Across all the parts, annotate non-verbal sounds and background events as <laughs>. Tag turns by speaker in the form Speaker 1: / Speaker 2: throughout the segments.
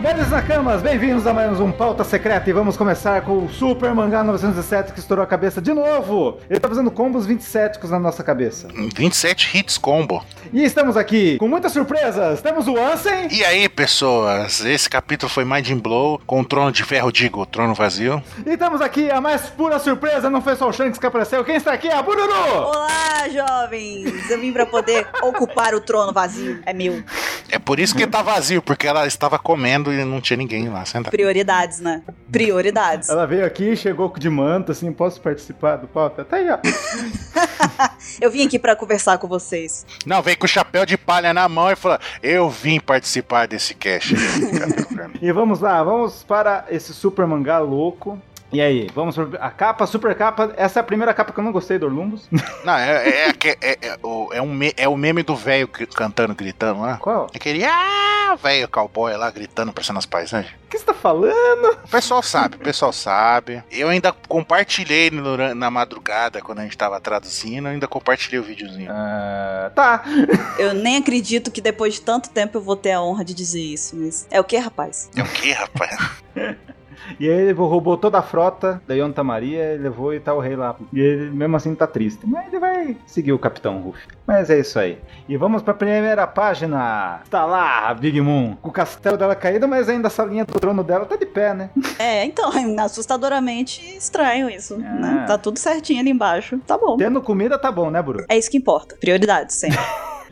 Speaker 1: Nerds na Camas, bem-vindos a mais um Pauta Secreta e vamos começar com o Super Mangá 917 que estourou a cabeça de novo. Ele tá fazendo combos 27 na nossa cabeça.
Speaker 2: 27 hits combo.
Speaker 1: E estamos aqui com muitas surpresas. Temos o Ansem.
Speaker 2: E aí, pessoas? Esse capítulo foi Mind Blow com o Trono de Ferro, digo, o Trono Vazio.
Speaker 1: E temos aqui a mais pura surpresa, não foi só o Shanks que apareceu. Quem está aqui é a Bururu!
Speaker 3: Olá, jovens! Eu vim pra poder ocupar o trono vazio. É meu.
Speaker 2: É por isso que tá vazio, porque ela estava comendo e não tinha ninguém lá sentado.
Speaker 3: Prioridades, né? Prioridades.
Speaker 1: Ela veio aqui, chegou de manta, assim, posso participar do Pauta? Tá aí, ó.
Speaker 3: Eu vim aqui pra conversar com vocês.
Speaker 2: Não, veio com o chapéu de palha na mão e falou: Eu vim participar desse cast. <laughs>
Speaker 1: E vamos lá, vamos para esse super mangá louco. E aí, vamos pra a capa, super capa. Essa é a primeira capa que eu não gostei do Orlumbus.
Speaker 2: não, é, é, aque- é- é o- é um me- é o meme do velho que- cantando, gritando lá.
Speaker 1: <laughs> Qual?
Speaker 2: Aquele ah, velho cowboy lá gritando, parecendo as paisagens.
Speaker 1: O que você tá falando?
Speaker 2: O pessoal sabe, o pessoal sabe. Eu ainda compartilhei no- na madrugada, quando a gente tava traduzindo, eu ainda compartilhei o videozinho.
Speaker 1: Ah, tá.
Speaker 3: Eu nem acredito que depois de tanto tempo eu vou ter a honra de dizer isso, mas é o que, rapaz?
Speaker 2: É o que, rapaz?
Speaker 1: E aí ele roubou toda a frota da Yonta Maria e levou e tá o rei lá. E ele mesmo assim tá triste. Mas ele vai seguir o Capitão Ruff. Mas é isso aí. E vamos pra primeira página. Tá lá a Big Moon. O castelo dela caído, mas ainda a salinha do trono dela tá de pé, né?
Speaker 3: É, então, <laughs> assustadoramente estranho isso, né?
Speaker 1: É.
Speaker 3: Tá tudo certinho ali embaixo. Tá bom.
Speaker 1: Tendo comida tá bom, né, Bruno?
Speaker 3: É isso que importa. Prioridades, sempre.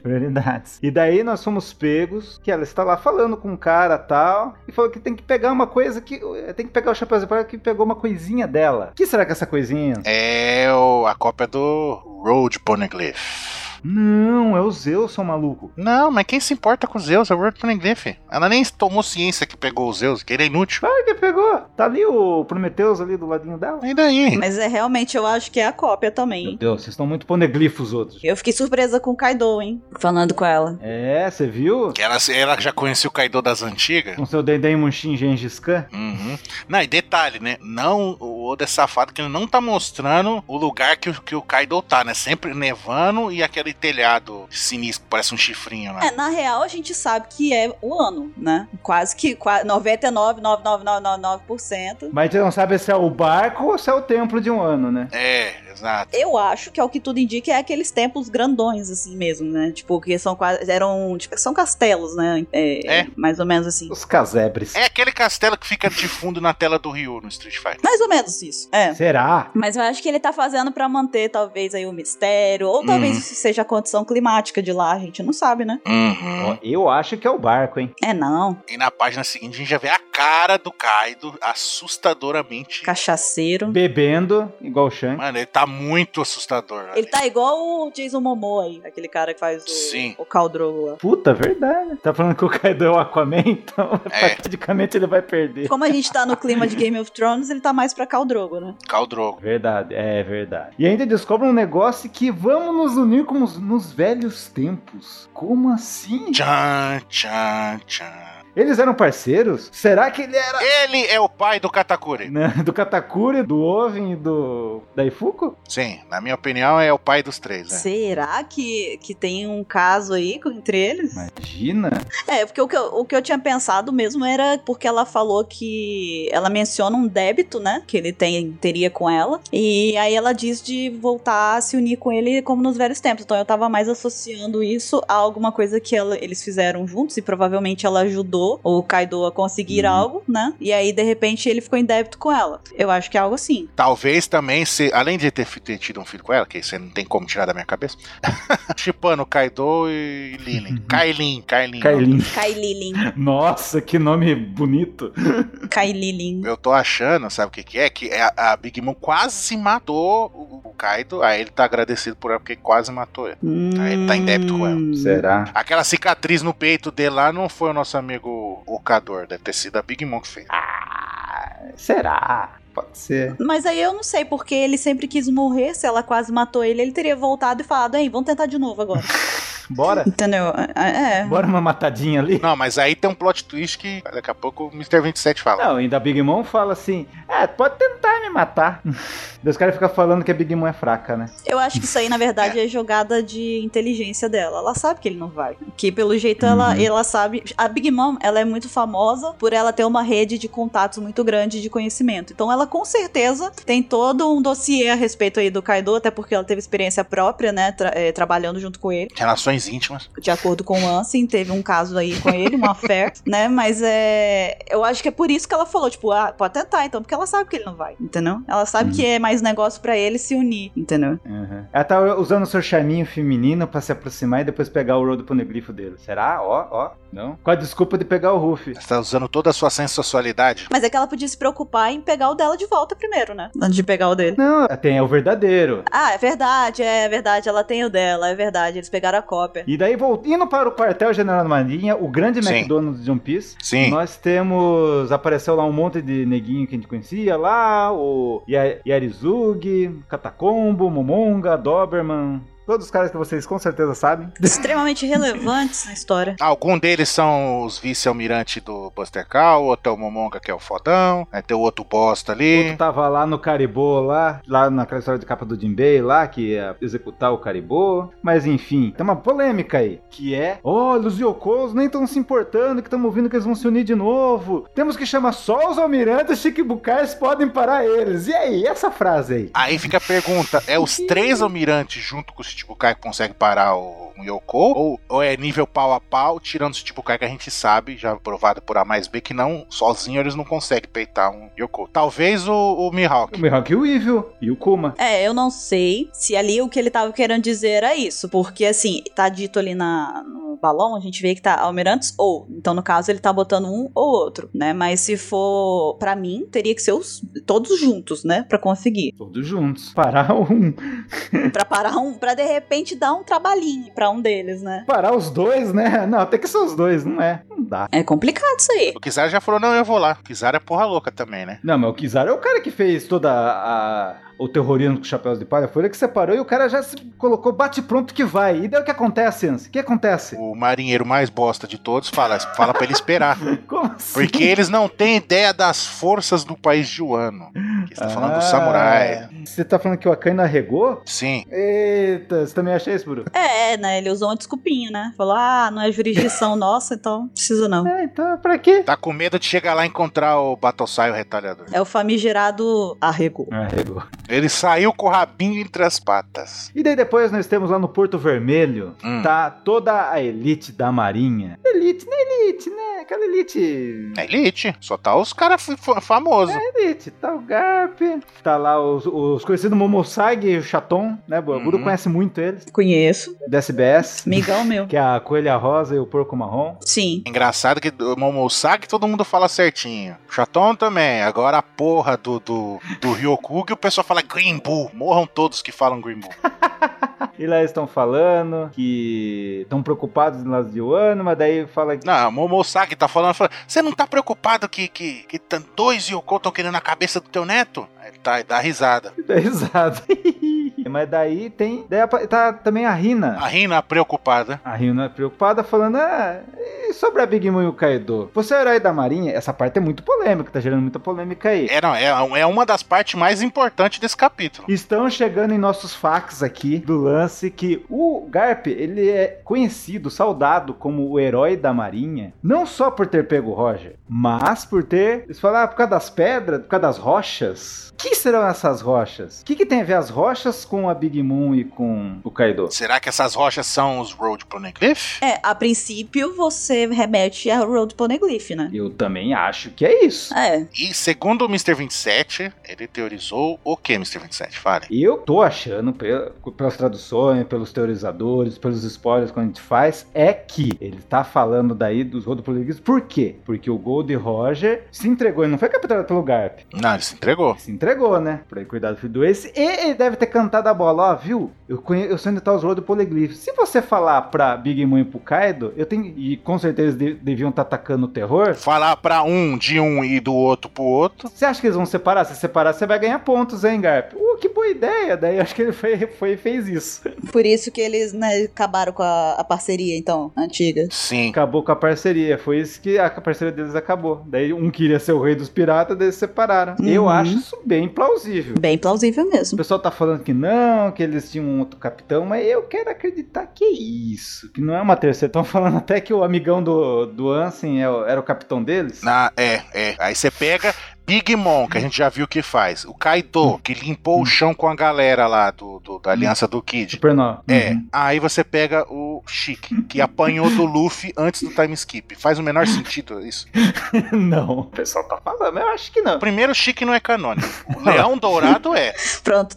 Speaker 1: Prioridades. E daí nós fomos pegos, que ela está lá falando com um cara tal, e falou que tem que pegar uma coisa que. Tem que pegar o chapéu de palha que pegou uma coisinha dela. O que será que é essa coisinha?
Speaker 2: É o- a cópia do Road Poneglyph.
Speaker 1: Não, é o Zeus, seu maluco.
Speaker 2: Não, mas quem se importa com o Zeus? É o Road Poneglyph. Ela nem tomou ciência que pegou o Zeus, que ele é inútil.
Speaker 1: Claro que pegou. Tá ali o Prometheus ali do ladinho dela.
Speaker 2: E daí?
Speaker 3: Mas é realmente, eu acho que é a cópia também.
Speaker 1: Meu Deus, vocês estão muito poneglifos outros.
Speaker 3: Eu fiquei surpresa com o Kaido, hein? Falando com ela.
Speaker 1: É, você viu?
Speaker 2: Que Ela, ela já conhecia o Kaido das antigas?
Speaker 1: Com seu Dendem Munshin Gengis Khan.
Speaker 2: Uhum. Não, e detalhe, né? Não, o Oda é safado que ele não tá mostrando o lugar que, o- que o Kaido tá, né? Sempre nevando e aquele telhado sinistro que parece um chifrinho lá.
Speaker 3: É, na real, a gente sabe que é o ano, né? Quase que qua- 99,99999%.
Speaker 1: Mas você não sabe se é o barco ou se é o templo de um ano, né?
Speaker 2: É, exato.
Speaker 3: Eu acho que, ao que tudo indica, é aqueles templos grandões, assim mesmo, né? Tipo, que são quase. Eram. tipo, são castelos, né? É,
Speaker 2: É.
Speaker 3: Mais ou menos assim.
Speaker 1: Os casebres.
Speaker 2: É aquele castelo que fica de fundo na tela do Ryu no Street Fighter.
Speaker 3: Mais ou menos isso. É.
Speaker 1: Será?
Speaker 3: Mas eu acho que ele tá fazendo pra manter, talvez, aí o mistério. Ou talvez
Speaker 2: Uhum.
Speaker 3: isso seja a condição climática de lá, a gente não sabe, né?
Speaker 1: Ó, Eu acho que é o barco, hein?
Speaker 3: É não.
Speaker 2: E na página seguinte a gente já vê a cara do Kaido assustadoramente. Então-
Speaker 3: Cachaceiro.
Speaker 1: Bebendo, igual o Shanks.
Speaker 2: Mano, ele tá muito assustador. né?
Speaker 3: Ele tá igual o Jason Momoa aí, aquele cara que faz o,
Speaker 2: Sim.
Speaker 3: o Khal Drogo lá.
Speaker 1: Puta, verdade. Tá falando que o Kaido é o Aquaman, então
Speaker 2: É.
Speaker 1: <laughs> praticamente ele vai perder.
Speaker 3: Como a gente tá no clima de Game of Thrones, ele tá mais pra Khal Drogo, né?
Speaker 2: Caldrogo.
Speaker 1: Verdade, é verdade. E ainda descobre um negócio que vamos nos unir como os- nos velhos tempos. Como assim?
Speaker 2: Tchan, tchan, tchan.
Speaker 1: Eles eram parceiros? Será que ele era
Speaker 2: Ele é o pai do Katakuri.
Speaker 1: né, do Katakuri, do Oven e do da Ifuku?
Speaker 2: Sim, na minha opinião, é o pai dos três, né?
Speaker 3: Será que, que tem um caso aí com- entre eles?
Speaker 1: Imagina.
Speaker 3: É, porque o que, eu, o que eu tinha pensado mesmo era porque ela falou que. Ela menciona um débito, né? Que ele tem, teria com ela. E aí ela diz de voltar a se unir com ele como nos velhos tempos. Então eu tava mais associando isso a alguma coisa que ela- eles fizeram juntos. E provavelmente ela ajudou o Kaido a conseguir
Speaker 1: Hum.
Speaker 3: algo, né? E aí de repente ele ficou em débito com ela. Eu acho que é algo assim.
Speaker 2: Talvez também, se, além de ter, fi- ter tido um filho com ela, que isso aí não tem como tirar da minha cabeça. <laughs> Chipano, Kaido e Lilin. Kailin, Kailin.
Speaker 1: Kailin.
Speaker 3: Kaililin.
Speaker 1: Nossa, que nome bonito.
Speaker 3: Kaililin.
Speaker 2: Eu tô achando, sabe o que, que é? Que a, a Big Mom quase matou o, o Kaido, aí ele tá agradecido por ela porque quase matou ele. Aí ele tá em débito com ela.
Speaker 3: Hum.
Speaker 1: Será?
Speaker 2: Aquela cicatriz no peito dele lá não foi o nosso amigo Ocador, deve ter sido a Big Mom que fez.
Speaker 1: Será? Pode ser.
Speaker 3: Mas aí eu não sei, porque ele sempre quis morrer. Se ela quase matou ele, ele teria voltado e falado, hein, vamos tentar de novo agora.
Speaker 1: Bora?
Speaker 3: <laughs> Entendeu? É.
Speaker 1: Bora uma matadinha ali?
Speaker 2: Não, mas aí tem um plot twist que daqui a pouco o Mr. 27 fala.
Speaker 1: Não, ainda a Big Mom fala assim: É, pode tentar me matar. <laughs> Os caras ficam falando que a Big Mom é fraca, né?
Speaker 3: Eu acho que isso aí, na verdade, é jogada de inteligência dela. Ela sabe que ele não vai. Que pelo jeito ela, ela sabe. A Big Mom, ela é muito famosa por ela ter uma rede de contatos muito grande de conhecimento. Então ela com certeza tem todo um dossiê a respeito aí do Kaido, até porque ela teve experiência própria, né? tra- eh, trabalhando junto com ele.
Speaker 2: Relações íntimas.
Speaker 3: De acordo com o Ansem, teve um caso aí com ele, <laughs> uma fé, né? Mas é. Eu acho que é por isso que ela falou, tipo, ah, pode tentar então, porque ela sabe que ele não vai, entendeu? Ela sabe
Speaker 1: Hum.
Speaker 3: que é mais negócio pra ele se unir, entendeu?
Speaker 1: Uhum. Ela tá usando o seu charminho feminino pra se aproximar e depois pegar o Rodo Poneglypho dele. Será? Ó, ó. Não? Com a desculpa de pegar o Ruffy.
Speaker 2: Você tá usando toda a sua sensualidade.
Speaker 3: Mas é que ela podia se preocupar em pegar o dela de volta primeiro, né? Antes de pegar o dele.
Speaker 1: Não, tem, é o verdadeiro.
Speaker 3: Ah, é verdade, é verdade, ela tem o dela, é verdade, eles pegaram a <laughs> cópia.
Speaker 1: E daí, vol- indo para o quartel General Marinha, o grande
Speaker 2: Sim.
Speaker 1: McDonald's de One Piece,
Speaker 2: Sim.
Speaker 1: Nós temos. Apareceu lá um monte de neguinho que a gente conhecia lá, o Ya- Yarizugi, Catacombo, Momonga, Doberman. Todos os caras que vocês com certeza sabem.
Speaker 3: Extremamente relevantes na história.
Speaker 2: Algum deles são os vice-almirante do Buster Call, ou tem o Momonga que é o fodão, aí tem o outro bosta ali.
Speaker 1: Outro tava lá no Caribô, lá, lá naquela história de capa do Jinbei, lá, que ia executar o Caribô. Mas enfim, tem uma polêmica aí, que é: olha, os Yokos nem estão se importando, que estamos ouvindo que eles vão se unir de novo. Temos que chamar só os almirantes Chiquibukais podem parar eles. E aí, essa frase aí?
Speaker 2: Aí fica a pergunta: é os três almirantes junto com o Shichibukai que consegue parar o o Yoko? Ou, ou é nível pau a pau, tirando o Shichibukai que a gente sabe, já provado por A mais B, que não, sozinho eles não conseguem peitar um Yoko? Talvez o, o
Speaker 1: O
Speaker 2: Mihawk.
Speaker 1: Mihawk e o Evil e o Kuma.
Speaker 3: É, eu não sei se ali o que ele tava querendo dizer era isso, porque assim, tá dito ali na, no balão, a gente vê que tá almirantes ou. Então, no caso, ele tá botando um ou outro, né? Mas se for pra mim, teria que ser os, todos juntos, né? Pra
Speaker 1: <laughs>
Speaker 3: conseguir.
Speaker 1: Todos juntos. Parar um.
Speaker 3: Pra parar um, pra de repente dar um trabalhinho pra um deles, né?
Speaker 1: Parar os dois, né? Não, tem que ser os dois, não é? Não dá.
Speaker 3: É complicado isso aí.
Speaker 2: O Kizaru já falou: não, eu vou lá. O Kizaru é porra louca também, né?
Speaker 1: Não, mas o Kizaru é o cara que fez toda a. O terrorismo com os chapéus de palha foi ele que separou e o cara já se colocou bate pronto que vai. E daí o que acontece, Anse? O que acontece?
Speaker 2: O marinheiro mais bosta de todos fala, fala pra ele esperar.
Speaker 1: Como assim?
Speaker 2: Porque eles não têm ideia das forças do país de Wano. Que está tá falando
Speaker 1: Ah,
Speaker 2: do samurai.
Speaker 1: Você tá falando que o Akainu arregou?
Speaker 2: Sim.
Speaker 1: Eita, você também achei isso, Buru?
Speaker 3: É, né? Ele usou uma desculpinha, né? Falou, ah, não é jurisdição nossa, então não precisa
Speaker 2: Hum.
Speaker 1: <laughs>
Speaker 3: não.
Speaker 1: É, então pra quê?
Speaker 2: Tá com medo de chegar lá e encontrar o Batosai, o retalhador.
Speaker 3: É o famigerado arregou.
Speaker 1: Arregou.
Speaker 2: Ele saiu com o rabinho entre as patas.
Speaker 1: E daí depois nós temos lá no Porto Vermelho,
Speaker 2: Hum.
Speaker 1: tá toda a elite da marinha. Elite, não é elite, né? Aquela elite
Speaker 2: É Elite. Só tá os caras famosos.
Speaker 1: Elite, tá o Garp, tá lá os, os conhecidos Momosag e o Chaton, né? O Buru
Speaker 2: Uhum.
Speaker 1: conhece muito eles,
Speaker 3: Conheço.
Speaker 1: da SBS,
Speaker 3: Migão meu.
Speaker 1: que é a Coelha Rosa e o Porco Marrom.
Speaker 3: Sim.
Speaker 2: Engraçado que o Momosaki todo mundo fala certinho. Chaton também. Agora a porra do, do, do Ryokugi, o pessoal fala Green Bull. Morram todos que falam Green Bull.
Speaker 1: E lá eles estão falando que estão preocupados no lado de Wano, mas daí fala que. <laughs>
Speaker 2: Não, o Momosaki tá falando, fala, você não tá preocupado que, que, que tan- dois Yoko estão querendo a cabeça do teu neto? Aí ele tá, dá risada.
Speaker 1: Dá risada. <laughs> mas daí tem. Daí apa- tá também a Rina.
Speaker 2: A Rina preocupada.
Speaker 1: A Rina preocupada, falando: Ah, e sobre a Big Mom e o Kaido? Você é o herói da Marinha? Essa parte é muito polêmica, tá gerando muita polêmica aí.
Speaker 2: É, não, é, é uma das partes mais importantes desse capítulo.
Speaker 1: Estão chegando em nossos fax aqui do lance que o Garp, ele é conhecido, saudado como o herói da marinha, não só por ter pego o Roger, mas por ter, eles falaram, ah, por causa das pedras, por causa das rochas. O que serão essas rochas? O que, que tem a ver as rochas com a Big Moon e com o Kaido?
Speaker 2: Será que essas rochas são os Road Poneglyph?
Speaker 3: É, a princípio você remete a Road Poneglyph, né?
Speaker 1: Eu também acho que é isso.
Speaker 3: É.
Speaker 2: E segundo o Mr. 27, ele teorizou o que, Mr. 27? Fale.
Speaker 1: Eu tô achando, pe- pelas traduções, pelos teorizadores, pelos spoilers que a gente faz, é que ele tá falando daí dos rodopoligues. Por quê? Porque o Gold Roger se entregou, ele não foi capturado pelo Garp.
Speaker 2: Não, ele se entregou.
Speaker 1: Ele se entregou, né? Pra ele cuidar do filho do Ace. E ele deve ter cantado a bola, ó, viu? Eu, conhe... eu sei onde tá os rodopoligues. Se você falar pra Big Mom e pro Kaido, eu tenho... E com certeza eles de- deviam estar atacando o terror.
Speaker 2: Falar pra um de um e do outro pro outro.
Speaker 1: Você acha que eles vão separar? Se separar, você vai ganhar pontos, hein, Garp? O que boa ideia. Daí acho que ele foi, foi e fez isso.
Speaker 3: Por isso que eles né, acabaram com a, a parceria, então, antiga.
Speaker 2: Sim.
Speaker 1: Acabou com a parceria. Foi isso que a parceria deles acabou. Daí um queria ser o rei dos piratas, daí eles separaram. Eu
Speaker 3: Uhum.
Speaker 1: acho isso bem plausível.
Speaker 3: Bem plausível
Speaker 1: O
Speaker 3: mesmo.
Speaker 1: pessoal tá falando que não, que eles tinham um outro capitão, mas eu quero acreditar que é isso, que não é uma terceira. Estão falando até que o amigão do, do Ansem é o- era o capitão deles.
Speaker 2: Na, é, é. Aí você pega Big Mom, que a gente já viu o que faz. O Kaido, que limpou o chão com a galera lá do, do- da aliança do Kid.
Speaker 1: Supernova.
Speaker 2: É,
Speaker 1: Uhum. <laughs>
Speaker 2: aí você pega o Chique, que apanhou do Luffy antes do time skip. Faz o menor sentido isso.
Speaker 1: não. O pessoal tá falando, mas eu acho que não.
Speaker 2: Primeiro, Chique não é canônico. O Leão Dourado é.
Speaker 3: Pronto,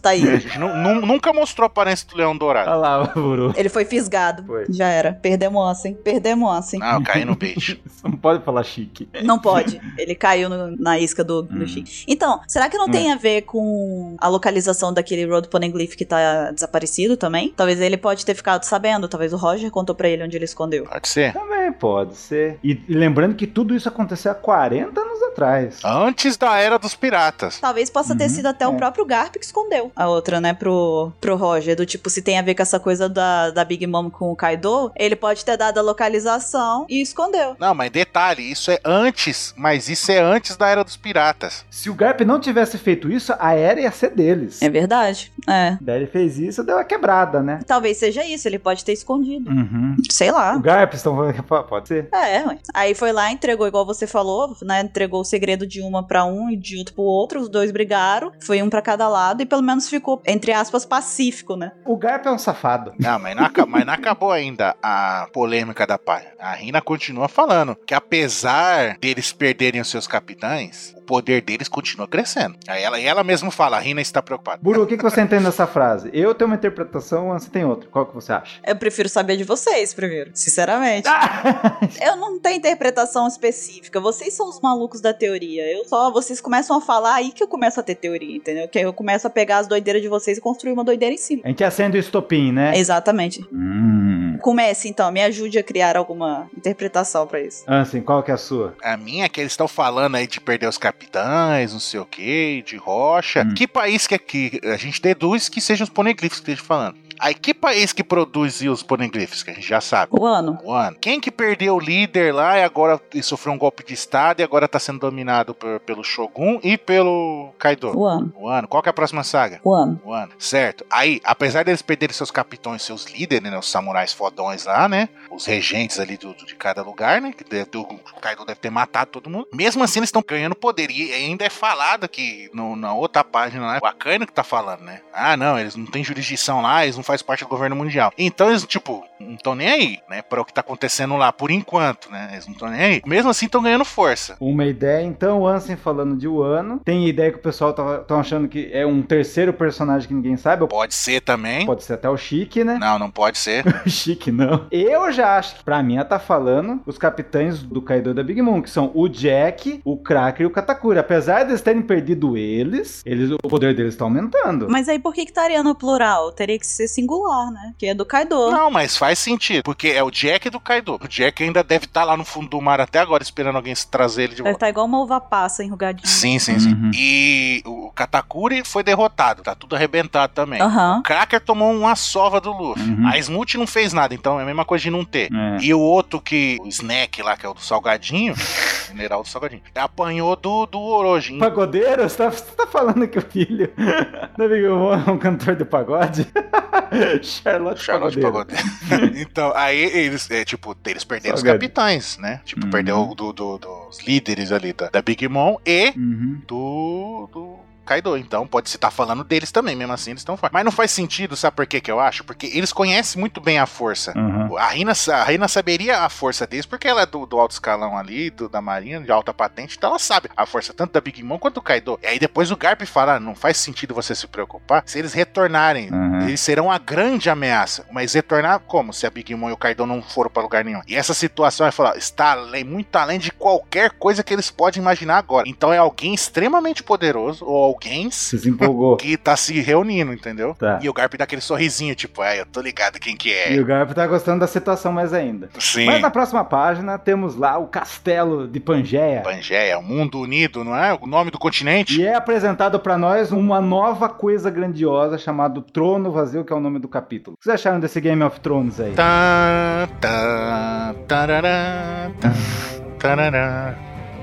Speaker 1: <laughs>
Speaker 3: tá aí.
Speaker 2: A gente nu- nu- nunca mostrou a aparência do Leão Dourado.
Speaker 1: Olha lá, <laughs> Buru.
Speaker 3: Ele foi fisgado.
Speaker 1: Foi.
Speaker 3: Já era. Perdemos o Ansem. Perdemos o Ansem.
Speaker 2: Ah, eu caí no bait.
Speaker 1: Você não pode falar chique.
Speaker 3: Não pode. Ele caiu no- na isca do, do
Speaker 1: é. Hum.
Speaker 3: Chico. Então, será que não
Speaker 1: Hum.
Speaker 3: tem a ver com a localização daquele Road Poneglyph que tá desaparecido também? Talvez ele pode ter ficado sabendo. Talvez o Roger contou pra ele onde ele escondeu.
Speaker 2: Pode ser.
Speaker 1: Também pode ser. E e lembrando que tudo isso aconteceu há 40 anos atrás.
Speaker 2: Antes da era dos piratas.
Speaker 3: Talvez possa ter
Speaker 1: Uhum,
Speaker 3: sido até
Speaker 1: é.
Speaker 3: o próprio Garp que escondeu a outra, né, pro, pro Roger. Do tipo, se tem a ver com essa coisa da, da Big Mom com o Kaido, ele pode ter dado a localização e escondeu.
Speaker 2: Não, mas detalhe, isso é antes, mas isso é antes da era dos piratas.
Speaker 1: Se o Garp não tivesse feito isso, a era ia ser deles.
Speaker 3: É verdade. É.
Speaker 1: Daí ele fez isso, deu uma quebrada, né?
Speaker 3: Talvez seja isso, ele pode ter escondido.
Speaker 1: Uhum.
Speaker 3: Sei lá.
Speaker 1: O Garp, estão falando que <laughs> pode ser.
Speaker 3: É, ué. aí foi lá, entregou, igual você falou, né? Entregou o segredo de uma pra um e de outro pro outro. Os dois brigaram, foi um pra cada lado e pelo menos ficou, entre aspas, pacífico, né?
Speaker 1: O Garp é um safado.
Speaker 2: Não, mas não, aca- mas não acabou ainda a polêmica da palha. A Rina continua falando que apesar deles perderem os seus capitães, o poder deles continua crescendo. Aí ela, e ela mesma fala, a Rina está preocupada.
Speaker 1: Buru, o que, que você entende dessa frase? Eu tenho uma interpretação, você tem outra. Qual que você acha?
Speaker 3: Eu prefiro saber de vocês primeiro, sinceramente.
Speaker 1: Ah!
Speaker 3: Eu não tenho interpretação específica, vocês são os malucos da teoria. Eu só, vocês começam a falar aí que eu começo a ter teoria, entendeu? Que aí eu começo a pegar as doideiras de vocês e construir uma doideira em cima.
Speaker 1: A gente acende o estopim,
Speaker 3: É
Speaker 2: É.
Speaker 1: né?
Speaker 3: Exatamente.
Speaker 1: Hum.
Speaker 3: Comece então, me ajude a criar alguma interpretação pra isso.
Speaker 1: Ansem, qual que é a sua?
Speaker 2: A minha é que eles estão falando aí de perder os capitães, não sei o que, de rocha.
Speaker 1: Hum.
Speaker 2: Que país que é que a gente deduz que sejam os poneglyphs que estejam falando? Aí que país que produziu os poneglyphs, que a gente já sabe?
Speaker 3: O ano.
Speaker 2: One. Quem que perdeu o líder lá e agora e sofreu um golpe de estado e agora tá sendo dominado por- pelo Shogun e pelo Kaido?
Speaker 3: O ano.
Speaker 2: One. Qual que é a próxima saga?
Speaker 3: O ano.
Speaker 2: One. Certo. Aí, apesar deles perderem seus capitões, seus líderes, né, os samurais fodões lá, né? Os regentes ali do, do- de cada lugar, né? Que deve, ter- o Kaido deve ter matado todo mundo. Mesmo assim, eles estão ganhando poder. E ainda é falado que no- na outra página lá, o Akainu que tá falando, né? Ah, não, eles não têm jurisdição lá, eles não fazem parte do governo mundial. Então eles, tipo, não estão nem aí, né? Pra o que tá acontecendo lá, por enquanto, né? Eles não estão nem aí. Mesmo assim, estão ganhando força.
Speaker 1: Uma ideia, então, o Ansem falando de Wano. Tem ideia que o pessoal tá, tão achando que é um terceiro personagem que ninguém sabe. ou
Speaker 2: Pode ser também.
Speaker 1: Pode ser até o Chique, né?
Speaker 2: Não, não pode ser.
Speaker 1: <laughs> Chique não. Eu já acho que, pra mim, ela tá falando os capitães do Kaido e da Big Mom, que são o Jack, o Cracker e o Katakuri. Apesar deles terem perdido eles, eles o poder deles tá aumentando.
Speaker 3: Mas aí por que que estaria no plural? Teria que ser singular, né? Que é do Kaido.
Speaker 2: Não, mas faz sentido, porque é o Jack do Kaido. O Jack ainda deve estar lá no fundo do mar até agora, esperando alguém se trazer ele de
Speaker 3: Vai
Speaker 2: volta.
Speaker 3: estar tá igual uma uva passa enrugadinha.
Speaker 2: Sim, sim, sim.
Speaker 1: Uhum.
Speaker 2: E o Katakuri foi derrotado, tá tudo arrebentado também.
Speaker 3: Aham.
Speaker 2: O Cracker tomou uma sova do Luffy.
Speaker 1: Uhum.
Speaker 2: A Smooth não fez nada, então é a mesma coisa de não ter.
Speaker 1: É.
Speaker 2: E o outro que. O Snack lá, que é o do Salgadinho, <laughs> o mineral do Salgadinho, apanhou do, do Orochi.
Speaker 1: Pagodeiro? Você tá, você tá falando que o filho <laughs> da Big Mom é um cantor de pagode? <laughs> Charlotte,
Speaker 2: Charlotte
Speaker 1: Pagodeiro.
Speaker 2: Pagodeiro. <laughs> então, aí eles, é, tipo, eles perderam os
Speaker 1: Salgado.
Speaker 2: capitães, né? Tipo,
Speaker 1: Uhum.
Speaker 2: perdeu o do, do- dos líderes ali da, da Big Mom e
Speaker 1: Uhum.
Speaker 2: do, do Kaido. Então pode se estar falando deles também, mesmo assim eles estão falando. Mas não faz sentido, sabe por que que eu acho? Porque eles conhecem muito bem a força.
Speaker 1: Uhum.
Speaker 2: A Rina, a Rina saberia a força deles, porque ela é do, do alto escalão ali, do, da marinha, de alta patente, então ela sabe a força tanto da Big Mom quanto do Kaido. E aí depois o Garp fala, "Ah, não faz sentido você se preocupar se eles retornarem.
Speaker 1: Uhum.
Speaker 2: Eles serão a grande ameaça. Mas retornar como? Se a Big Mom e o Kaido não foram pra lugar nenhum. E essa situação, é falar, está além, muito além de qualquer coisa que eles podem imaginar agora. Então é alguém extremamente poderoso ou alguém
Speaker 1: Se empolgou.
Speaker 2: que tá se reunindo, entendeu?
Speaker 1: Tá.
Speaker 2: E o Garp dá aquele sorrisinho, tipo, é, eu tô ligado quem que
Speaker 1: E
Speaker 2: é.
Speaker 1: o Garp tá gostando da situação mais ainda.
Speaker 2: Sim.
Speaker 1: Mas na próxima página temos lá o castelo de Pangeia.
Speaker 2: Pangeia, o mundo unido, não é? O nome do continente?
Speaker 1: E é apresentado pra nós uma nova coisa grandiosa chamada Trono Vazio, que é o nome do capítulo. O que vocês acharam desse Game of Thrones aí?
Speaker 2: Tá, tá, tarará, tá, tarará,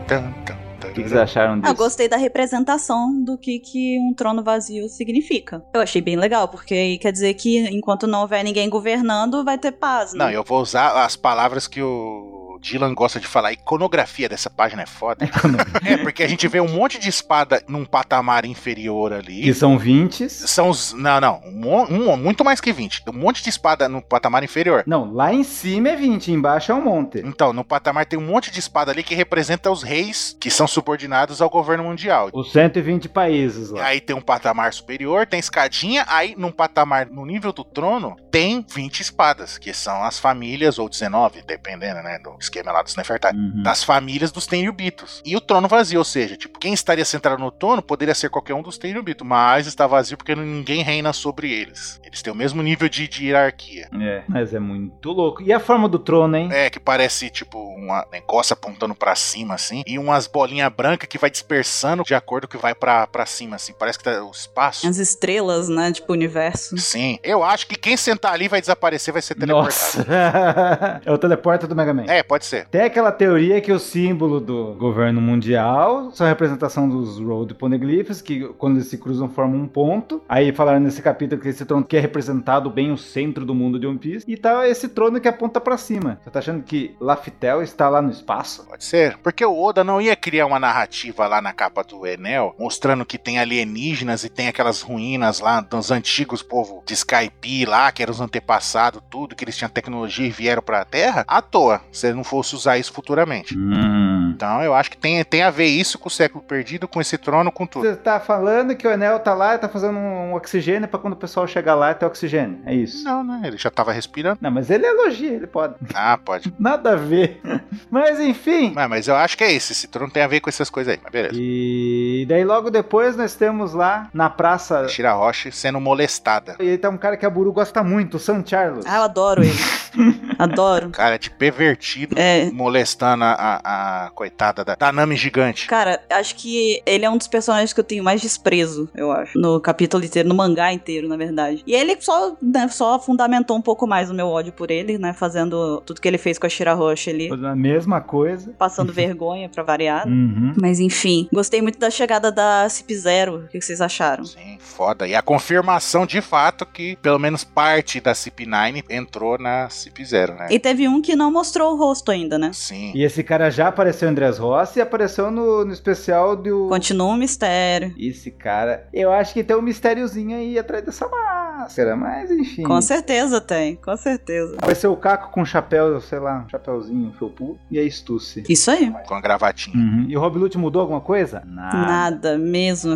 Speaker 2: tá, tá,
Speaker 1: O que que
Speaker 2: tarará.
Speaker 1: vocês acharam
Speaker 3: Ah, eu
Speaker 1: disso?
Speaker 3: gostei da representação do que, que um trono vazio significa. Eu achei bem legal, porque aí quer dizer que enquanto não houver ninguém governando, vai ter paz, né?
Speaker 2: Não, eu vou usar as palavras que o Dylan gosta de falar. A iconografia dessa página é foda. é, porque a gente vê um monte de espada num patamar inferior ali.
Speaker 1: Que são 20.
Speaker 2: São os. Não, não. Um, mon- um- muito mais que 20. Um monte de espada no patamar inferior.
Speaker 1: Não, lá em cima é 20, embaixo é um monte.
Speaker 2: Então, no patamar tem um monte de espada ali que representa os reis que são subordinados ao governo mundial.
Speaker 1: Os 120 países lá.
Speaker 2: Aí tem um patamar superior, tem escadinha, aí num patamar no nível do trono tem 20 espadas, que são as famílias, ou 19, dependendo, né, do esquema lá dos Nefertari.
Speaker 1: Uhum.
Speaker 2: Das famílias dos Tenryubitos. E o trono vazio, ou seja, tipo, quem estaria sentado no trono poderia ser qualquer um dos Tenryubitos, mas está vazio porque ninguém reina sobre eles. Eles têm o mesmo nível de, de hierarquia.
Speaker 1: É, mas é muito louco. E a forma do trono, hein?
Speaker 2: É, que parece tipo um negócio apontando pra cima, assim, e umas bolinhas brancas que vai dispersando de acordo que vai pra pra cima, assim. Parece que tá o espaço.
Speaker 3: As estrelas, né? Tipo, o universo.
Speaker 2: Sim. Eu acho que quem sentar ali vai desaparecer, vai ser teleportado.
Speaker 1: Nossa! <laughs> é o teleporta do Mega Man.
Speaker 2: É, pode ser.
Speaker 1: Tem aquela teoria que o símbolo do governo mundial são a representação dos Road Poneglyphs, que quando eles se cruzam formam um ponto. Aí falaram nesse capítulo que esse trono que é representado bem o centro do mundo de One Piece. E tá esse trono que aponta pra cima. Você tá achando que Laftel está lá no espaço?
Speaker 2: Pode ser. Porque o Oda não ia criar uma narrativa lá na capa do Enel, mostrando que tem alienígenas e tem aquelas ruínas lá dos antigos povo de Skype lá, que eram os antepassados, tudo, que eles tinham tecnologia e vieram pra Terra, à toa, se ele não fosse usar isso futuramente.
Speaker 1: Hum.
Speaker 2: Então eu acho que tem, tem a ver isso com o século perdido, com esse trono, com tudo.
Speaker 1: Você tá falando que o Enel tá lá e tá fazendo um um oxigênio pra quando o pessoal chegar lá ter oxigênio. É isso.
Speaker 2: Não, né? Ele já tava respirando.
Speaker 1: Não, mas ele elogia, ele pode. <laughs>
Speaker 2: Ah, pode.
Speaker 1: Nada a ver. Mas enfim.
Speaker 2: Ah, mas eu acho que é esse. Esse trono tem a ver com essas coisas aí. Mas beleza.
Speaker 1: E daí logo depois nós temos lá na praça.
Speaker 2: Shira Roche sendo molestada.
Speaker 1: E aí tá um cara que a Buru gosta muito, o Sam Charles.
Speaker 3: Ah, eu adoro ele. <laughs> adoro.
Speaker 2: Cara é de pervertido,
Speaker 3: É.
Speaker 2: molestando a, a- a coitada da, da Nami gigante.
Speaker 3: Cara, acho que ele é um dos personagens que eu tenho mais desprezo, eu acho. No capítulo inteiro, no mangá inteiro, na verdade. E ele só, né, só fundamentou um pouco mais o meu ódio por ele, né? Fazendo tudo que ele fez com a Shira Rocha ali.
Speaker 1: Fazendo a mesma coisa.
Speaker 3: Passando <laughs> vergonha pra variar. né?
Speaker 1: Uhum.
Speaker 3: Mas enfim, gostei muito da chegada da CIP0. O que vocês acharam?
Speaker 2: Sim, foda. E a confirmação de fato que pelo menos parte da CP9 entrou na CP0, né?
Speaker 3: E teve um que não mostrou o rosto ainda, né?
Speaker 2: Sim.
Speaker 1: E esse cara já apareceu em Andrés Rossi e apareceu no, no especial do.
Speaker 3: Continua o mistério.
Speaker 1: Esse cara. Eu acho que tem um mistériozinho aí atrás dessa máscara, mas enfim.
Speaker 3: Com certeza tem, com certeza.
Speaker 1: Apareceu o Caco com chapéu, sei lá, um chapéuzinho, felpudo. E aí, Stussy.
Speaker 3: Isso aí.
Speaker 2: Com a gravatinha.
Speaker 1: Uhum. E o Rob Lute mudou alguma coisa?
Speaker 3: Nada, mesma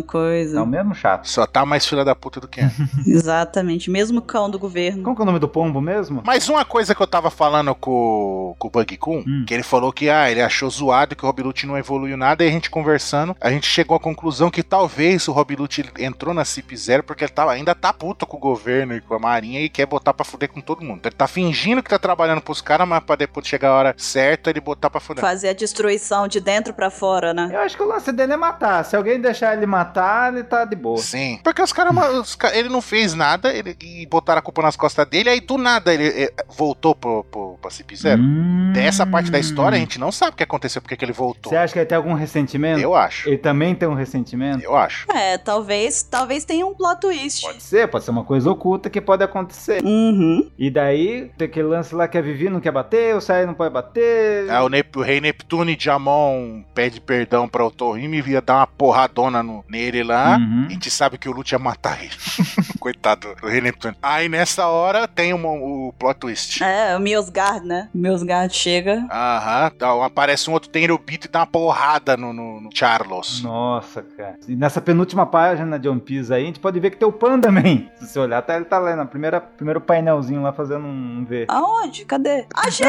Speaker 1: Tá o
Speaker 3: coisa.
Speaker 1: mesmo chato.
Speaker 2: Só tá mais filha da puta do que antes.
Speaker 3: Exatamente, mesmo cão do governo.
Speaker 1: Como que é o nome do pombo mesmo?
Speaker 2: Mas uma coisa que eu tava falando com, com o Bug Kun,
Speaker 1: Hum.
Speaker 2: que ele falou que ah, ele achou zoado que o Rob Lute não evoluiu nada, e a gente conversando, a gente chegou à conclusão que talvez o Rob Lute ele entrou na CIP 0 porque ele tava, ainda tá puto com o governo e com a marinha e quer botar pra fuder com todo mundo. Então ele tá fingindo que tá trabalhando pros caras, mas pra depois chegar a hora certa ele botar pra
Speaker 1: é?
Speaker 2: fuder.
Speaker 3: Fazer a destruição de dentro pra fora, né?
Speaker 1: Eu acho que o lance dele é matar. Se alguém deixar ele matar, ele tá de boa.
Speaker 2: Sim. Porque os caras.
Speaker 1: <laughs>
Speaker 2: os ca- Ele não fez nada ele, e botaram a culpa nas costas dele, aí do nada ele eh, voltou pro, pro, pra CIP 0
Speaker 1: Hum.
Speaker 2: é Dessa parte da história a gente não sabe o que aconteceu, porque que ele voltou.
Speaker 1: Você acha que ele tem algum ressentimento?
Speaker 2: Eu acho.
Speaker 1: Ele também tem um ressentimento?
Speaker 2: Eu acho.
Speaker 3: É, talvez, talvez tenha um plot twist.
Speaker 1: Pode ser, pode ser uma coisa oculta que pode acontecer.
Speaker 3: Uhum.
Speaker 1: E daí, tem aquele lance lá que a Vivi não quer bater, o Sai não pode bater.
Speaker 2: Ah, o, Nep- o rei Neptune de Amon pede perdão pra Otohime e ia dar uma porradona no- nele lá.
Speaker 1: Uhum.
Speaker 2: A gente sabe que o Lute ia matar ele. <laughs> Coitado do rei Neptune. Aí nessa hora tem uma- o plot twist.
Speaker 3: É, o Miosgar Meusgard, né? Meusgard chega.
Speaker 2: Aham. Então, aparece um outro Tenryubito e dá uma porrada no, no, no Charlos.
Speaker 1: Nossa, cara. E nessa penúltima página de One Piece aí, a gente pode ver que tem o Panda Man. <laughs> Se você olhar, tá, ele tá lá no primeira, primeiro painelzinho lá fazendo um V.
Speaker 3: Aonde? Cadê? Achei!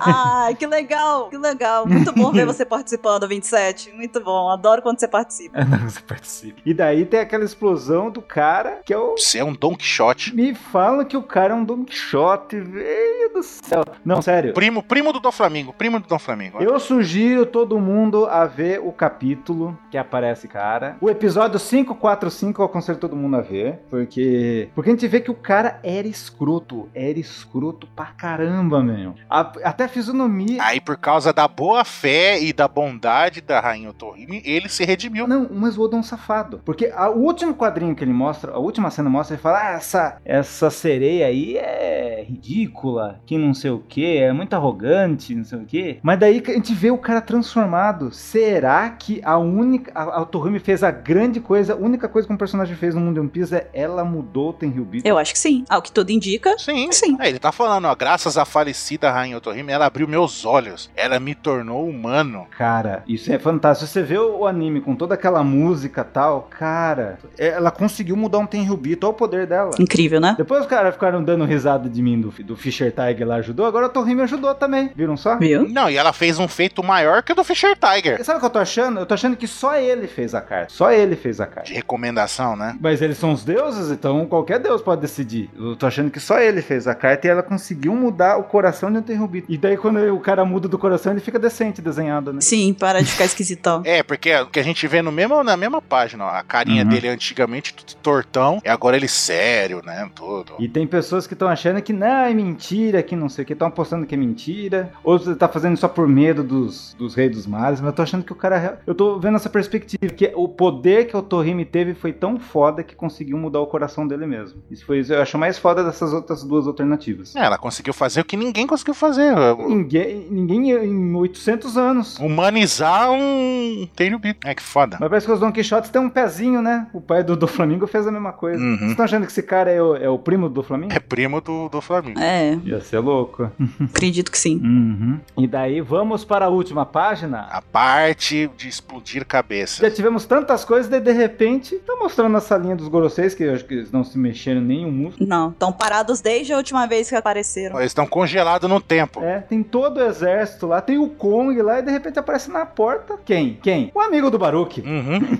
Speaker 3: Ai, que legal, que legal. Muito bom ver você participando, 27. Muito bom, adoro quando você participa.
Speaker 2: Ah.
Speaker 1: <laughs> Você participa. E daí tem aquela explosão do cara, que é o.
Speaker 2: Você é um Don Quixote.
Speaker 1: Me falam que o cara é um Don Quixote, velho do céu. Não, sério.
Speaker 2: Primo, primo do Dom Flamingo, primo do Dom Flamingo.
Speaker 1: Eu sugiro todo mundo a ver o capítulo que aparece, cara. O episódio 545 eu aconselho todo mundo a ver, porque porque a gente vê que o cara era escroto, era escroto pra caramba, meu. A- até a fisionomia.
Speaker 2: Aí, por causa da boa fé e da bondade da Rainha Otohime, ele se redimiu.
Speaker 1: Não, mas o Oda é um safado. Porque a- o último quadrinho que ele mostra, a última cena mostra, ele fala: Ah, essa, essa sereia aí é ridícula, que não sei o que, é muito arrogante, não sei o que. Mas daí que a gente vê o cara transformado. Será que a única. A, a Tohumi fez a grande coisa, a única coisa que um personagem fez no mundo de One Piece é ela mudou o Tenryubito.
Speaker 3: Eu acho que sim. Ao que tudo indica.
Speaker 2: Sim.
Speaker 3: Sim.
Speaker 2: É, ele tá falando, ó, graças à falecida Rainha Otohime, ela abriu meus olhos. Ela me tornou humano.
Speaker 1: Cara, isso é fantástico. Você vê o anime com toda aquela música e tal, cara, ela conseguiu mudar um Tenryubito, olha o poder dela.
Speaker 3: Incrível, né?
Speaker 1: Depois os caras ficaram dando risada de mim do, do Fischer Tiger lá ajudou, agora a Torre me ajudou também. Viram só?
Speaker 3: Viu?
Speaker 2: Não, e ela fez um feito maior que o do Fischer Tiger.
Speaker 1: Sabe o que eu tô achando? Eu tô achando que só ele fez a carta. Só ele fez a carta.
Speaker 2: De recomendação, né?
Speaker 1: Mas eles são os deuses, então qualquer deus pode decidir. Eu tô achando que só ele fez a carta e ela conseguiu mudar o coração de um Tenryubito. E daí quando o cara muda do coração, ele fica decente desenhado, né?
Speaker 3: Sim, para de ficar esquisitão.
Speaker 2: É, porque o que a gente vê no mesmo, na mesma página, ó, a carinha
Speaker 1: Uhum.
Speaker 2: dele antigamente tudo tortão, e agora ele sério, né? Tudo.
Speaker 1: E tem pessoas que estão achando que não, é mentira, que não sei o que, estão apostando que é mentira. Outros tá fazendo só por medo dos, dos reis dos males, mas eu tô achando que o cara. é Eu tô vendo essa perspectiva, que o poder que o Torrime teve foi tão foda que conseguiu mudar o coração dele mesmo. Isso foi isso, eu acho mais foda dessas outras duas alternativas.
Speaker 2: É, ela conseguiu fazer o que ninguém conseguiu fazer. ó,
Speaker 1: Ninguém, ninguém em 800 anos.
Speaker 2: Humanizar um Tenryubito. É que foda.
Speaker 1: Mas parece que os Don Quixotes têm um pezinho, né? O pai do, do Flamingo fez a mesma coisa.
Speaker 2: Uhum.
Speaker 1: Vocês estão achando que esse cara é o, é o primo do Flamingo?
Speaker 2: É primo do, do Flamengo.
Speaker 3: É,
Speaker 1: Ia ser louco.
Speaker 3: acredito que sim.
Speaker 1: Uhum. E daí vamos para a última página.
Speaker 2: A parte de explodir cabeça.
Speaker 1: Já tivemos tantas coisas e de repente tá mostrando essa linha dos Goroseis, que eu acho que eles não se mexeram nem um músculo.
Speaker 3: Não, estão parados desde a última vez que apareceram.
Speaker 2: Eles estão congelados no tempo.
Speaker 1: É, tem todo o exército lá, tem o Kong lá e de repente aparece na porta. Quem? Quem? O amigo do Baruque.
Speaker 2: Uhum.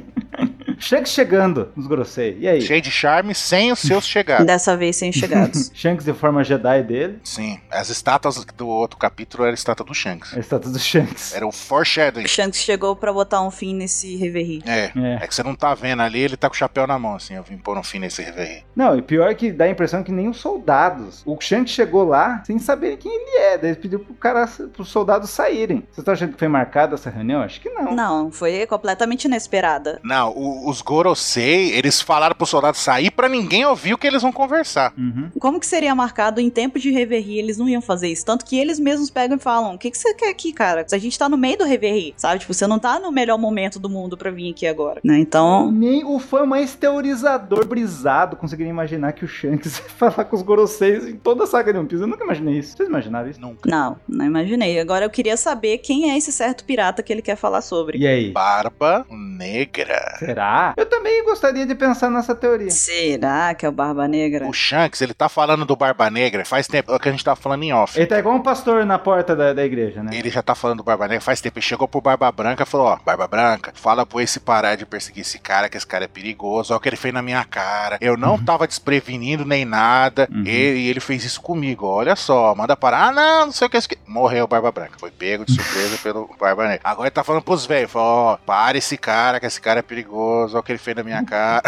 Speaker 1: Shanks chegando nos Gorosei. E aí?
Speaker 2: Cheio de charme, sem os seus chegados.
Speaker 3: Dessa vez sem chegados.
Speaker 1: <laughs> Shanks de forma Jedi dele.
Speaker 2: Sim, as estátuas do outro capítulo era a estátua do Shanks.
Speaker 1: A estátua do tá Shanks.
Speaker 2: Era o foreshadowing.
Speaker 3: Shanks chegou pra botar um fim nesse reverie.
Speaker 2: É.
Speaker 1: É.
Speaker 2: É que você não tá vendo ali, ele tá com o chapéu na mão, assim. Eu vim pôr um fim nesse rever.
Speaker 1: Não, e pior que dá a impressão que nem os soldados. O Shanks chegou lá sem saber quem ele é. Daí ele pediu pro cara, pros soldados saírem. Vocês estão achando que foi marcada essa reunião? Acho que não.
Speaker 3: Não, foi completamente inesperada.
Speaker 2: Não, o- os Gorosei, eles falaram pro soldado sair pra ninguém ouvir o que eles vão conversar.
Speaker 1: Uhum.
Speaker 3: Como que seria marcado em tempo de reverie? Eles não iam fazer isso. Tanto que eles mesmos pegam e falam: O que, que você quer aqui, cara? A gente tá no meio do reverie, sabe? Tipo, você não tá no melhor momento do mundo pra vir aqui agora, né? Então.
Speaker 1: Nem o fã mais teorizador brisado conseguiria imaginar que o Shanks <laughs> ia falar com os Goroseis em toda a saga de One Piece. Eu nunca imaginei isso. Vocês imaginaram isso?
Speaker 2: Nunca.
Speaker 3: Não, não imaginei. Agora eu queria saber quem é esse certo pirata que ele quer falar sobre.
Speaker 1: E aí?
Speaker 2: Barba Negra.
Speaker 1: Será? Eu também gostaria de pensar nessa teoria.
Speaker 3: Será que é o Barba Negra?
Speaker 2: O Shanks, ele tá falando do Barba Negra faz tempo que a gente tá falando em off.
Speaker 1: Ele tá igual um pastor na porta da, da igreja, né?
Speaker 2: Ele já tá falando do Barba Negra faz tempo. Ele chegou pro Barba Branca e falou: Ó, Barba Branca, fala pro esse parar de perseguir esse cara, que esse cara é perigoso. Olha o que ele fez na minha cara. Eu não tava desprevenindo nem nada.
Speaker 1: Uhum.
Speaker 2: E e ele fez isso comigo. Olha só, manda parar. Ah, não, não sei o que. é isso que- Morreu o Barba Branca. Foi pego de surpresa pelo Barba Negra. Agora ele tá falando pros velhos: falou, Ó, para esse cara, que esse cara é perigoso. Olha o que ele fez na
Speaker 1: Uhum.
Speaker 2: minha cara.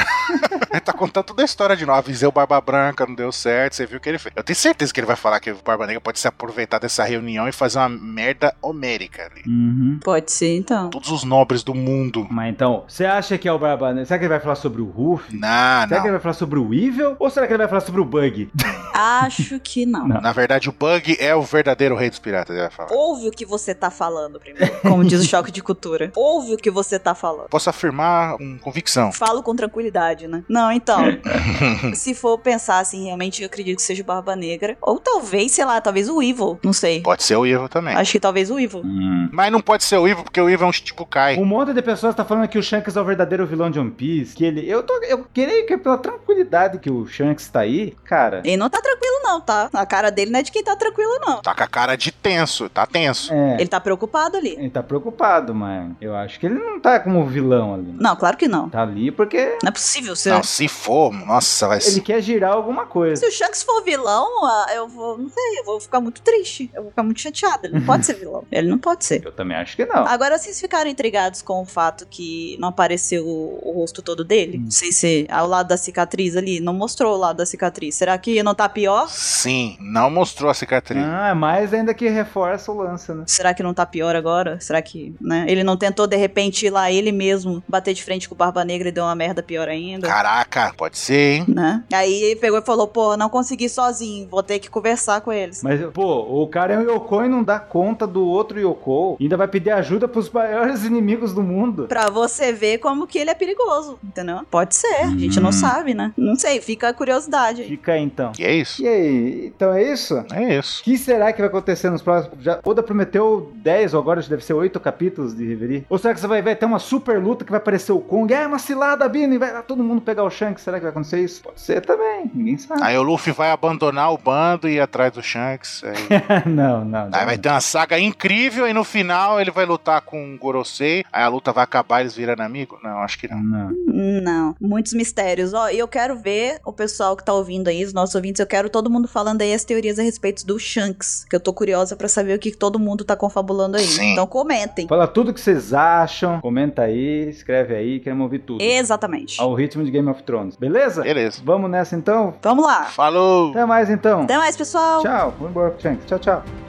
Speaker 2: ele tá contando toda a história de novo. Avisei o Barba Branca, não deu certo. Você viu o que ele fez. Eu tenho certeza que ele vai falar que o Barba Negra pode se aproveitar dessa reunião e fazer uma merda homérica ali.
Speaker 1: Uhum.
Speaker 3: Pode ser, então.
Speaker 2: Todos os nobres do mundo.
Speaker 1: Mas então, você acha que é o Barba Negra? Será que ele vai falar sobre o Ruffy?
Speaker 2: Não,
Speaker 1: Será que
Speaker 2: não.
Speaker 1: ele vai falar sobre o Evil? Ou será que ele vai falar sobre o Bug?
Speaker 3: Acho que não.
Speaker 1: Não.
Speaker 2: Na verdade, o Bug é o verdadeiro rei dos piratas, ele vai falar.
Speaker 3: Ouve o que você tá falando primeiro. Como diz o choque de cultura. Ouve o que você tá falando.
Speaker 2: Posso afirmar um convicção.
Speaker 3: Falo com tranquilidade, né? Não,
Speaker 2: <laughs>
Speaker 3: então. se for pensar assim, realmente eu acredito que seja o Barba Negra. Ou talvez, sei lá, talvez o Evil. Não sei.
Speaker 2: Pode ser o Ivo também.
Speaker 3: Acho que talvez o Evil.
Speaker 1: Hum.
Speaker 2: Mas não pode ser o Ivo, porque o Ivo é um Shichibukai.
Speaker 1: Um monte de pessoas tá falando que o Shanks é o verdadeiro vilão de One Piece. Que ele. Eu tô. Eu queria que pela tranquilidade que o Shanks tá aí, cara.
Speaker 3: Ele não tá tranquilo, não, tá? A cara dele não é de quem tá tranquilo, não.
Speaker 2: Tá com a cara de tenso, tá tenso.
Speaker 1: É.
Speaker 3: Ele tá preocupado ali.
Speaker 1: Ele tá preocupado, mas eu acho que ele não tá como vilão ali.
Speaker 3: Não, claro que não.
Speaker 1: Tá ali porque
Speaker 3: Não é possível ser.
Speaker 2: Não, se for, nossa, vai
Speaker 1: ele
Speaker 2: ser.
Speaker 1: quer girar alguma coisa.
Speaker 3: Se o Shanks for vilão, ah, eu vou. Não sei, eu vou ficar muito triste. Eu vou ficar muito chateada. Ele não pode ser vilão. Ele não pode ser.
Speaker 1: Eu também acho que não.
Speaker 3: <laughs> Agora, vocês ficaram intrigados com o fato que não apareceu o, o rosto todo dele? Não sei se ao lado da cicatriz ali, não mostrou o lado da cicatriz. Será que não tá pior?
Speaker 2: Sim, não mostrou a cicatriz.
Speaker 1: Ah, mais ainda que reforça o lance, né?
Speaker 3: Será que não tá pior agora? Será que, né? Ele não tentou, de repente, ir lá ele mesmo bater de frente com o Barba Negra e deu uma merda pior ainda?
Speaker 2: Caraca, pode ser, hein?
Speaker 3: Né? Aí ele pegou e falou, pô, não consegui sozinho, vou ter que conversar com eles.
Speaker 1: Mas, pô, o cara é um Yoko e não dá conta do outro Yoko. Ainda vai pedir ajuda pros maiores inimigos do mundo.
Speaker 3: Pra você ver como que ele é perigoso, entendeu? Pode ser, a gente não
Speaker 2: Hum.
Speaker 3: sabe, né? Não sei, fica a curiosidade aí.
Speaker 1: Fica aí, então.
Speaker 2: E é isso.
Speaker 1: E aí, então é isso?
Speaker 2: É
Speaker 1: O
Speaker 2: isso.
Speaker 1: que será que vai acontecer nos próximos. Já, Oda prometeu 10 ou agora deve ser 8 capítulos de Reverie. Ou será que você vai ver até uma super luta que vai aparecer o Kong? Ah, é uma cilada, Bini! Vai lá todo mundo pegar o Shanks. Será que vai acontecer isso? Pode ser também, ninguém sabe.
Speaker 2: Aí o Luffy vai abandonar o bando e ir atrás do Shanks. Aí...
Speaker 1: <laughs> não, não. não.
Speaker 2: Aí vai ter uma saga incrível e no final ele vai lutar com o Gorosei. Aí a luta vai acabar e eles virando amigo? Não, acho que não.
Speaker 1: Não.
Speaker 3: Não, muitos mistérios. Ó, e eu quero ver o pessoal que tá ouvindo aí, os nossos ouvintes, eu quero todo mundo falando aí as teorias a respeito do Shanks, que eu tô curiosa pra saber o que todo mundo tá confabulando aí.
Speaker 2: Sim.
Speaker 3: Então comentem.
Speaker 1: Fala tudo que vocês acham, comenta aí, escreve aí, queremos ouvir tudo.
Speaker 3: Exatamente.
Speaker 1: Ao ritmo de Game of Thrones, beleza?
Speaker 2: Beleza.
Speaker 1: Vamos nessa então?
Speaker 3: Vamos lá.
Speaker 2: Falou!
Speaker 1: Até mais então.
Speaker 3: Até mais, pessoal.
Speaker 1: Tchau, vamos embora, Shanks. Tchau, tchau.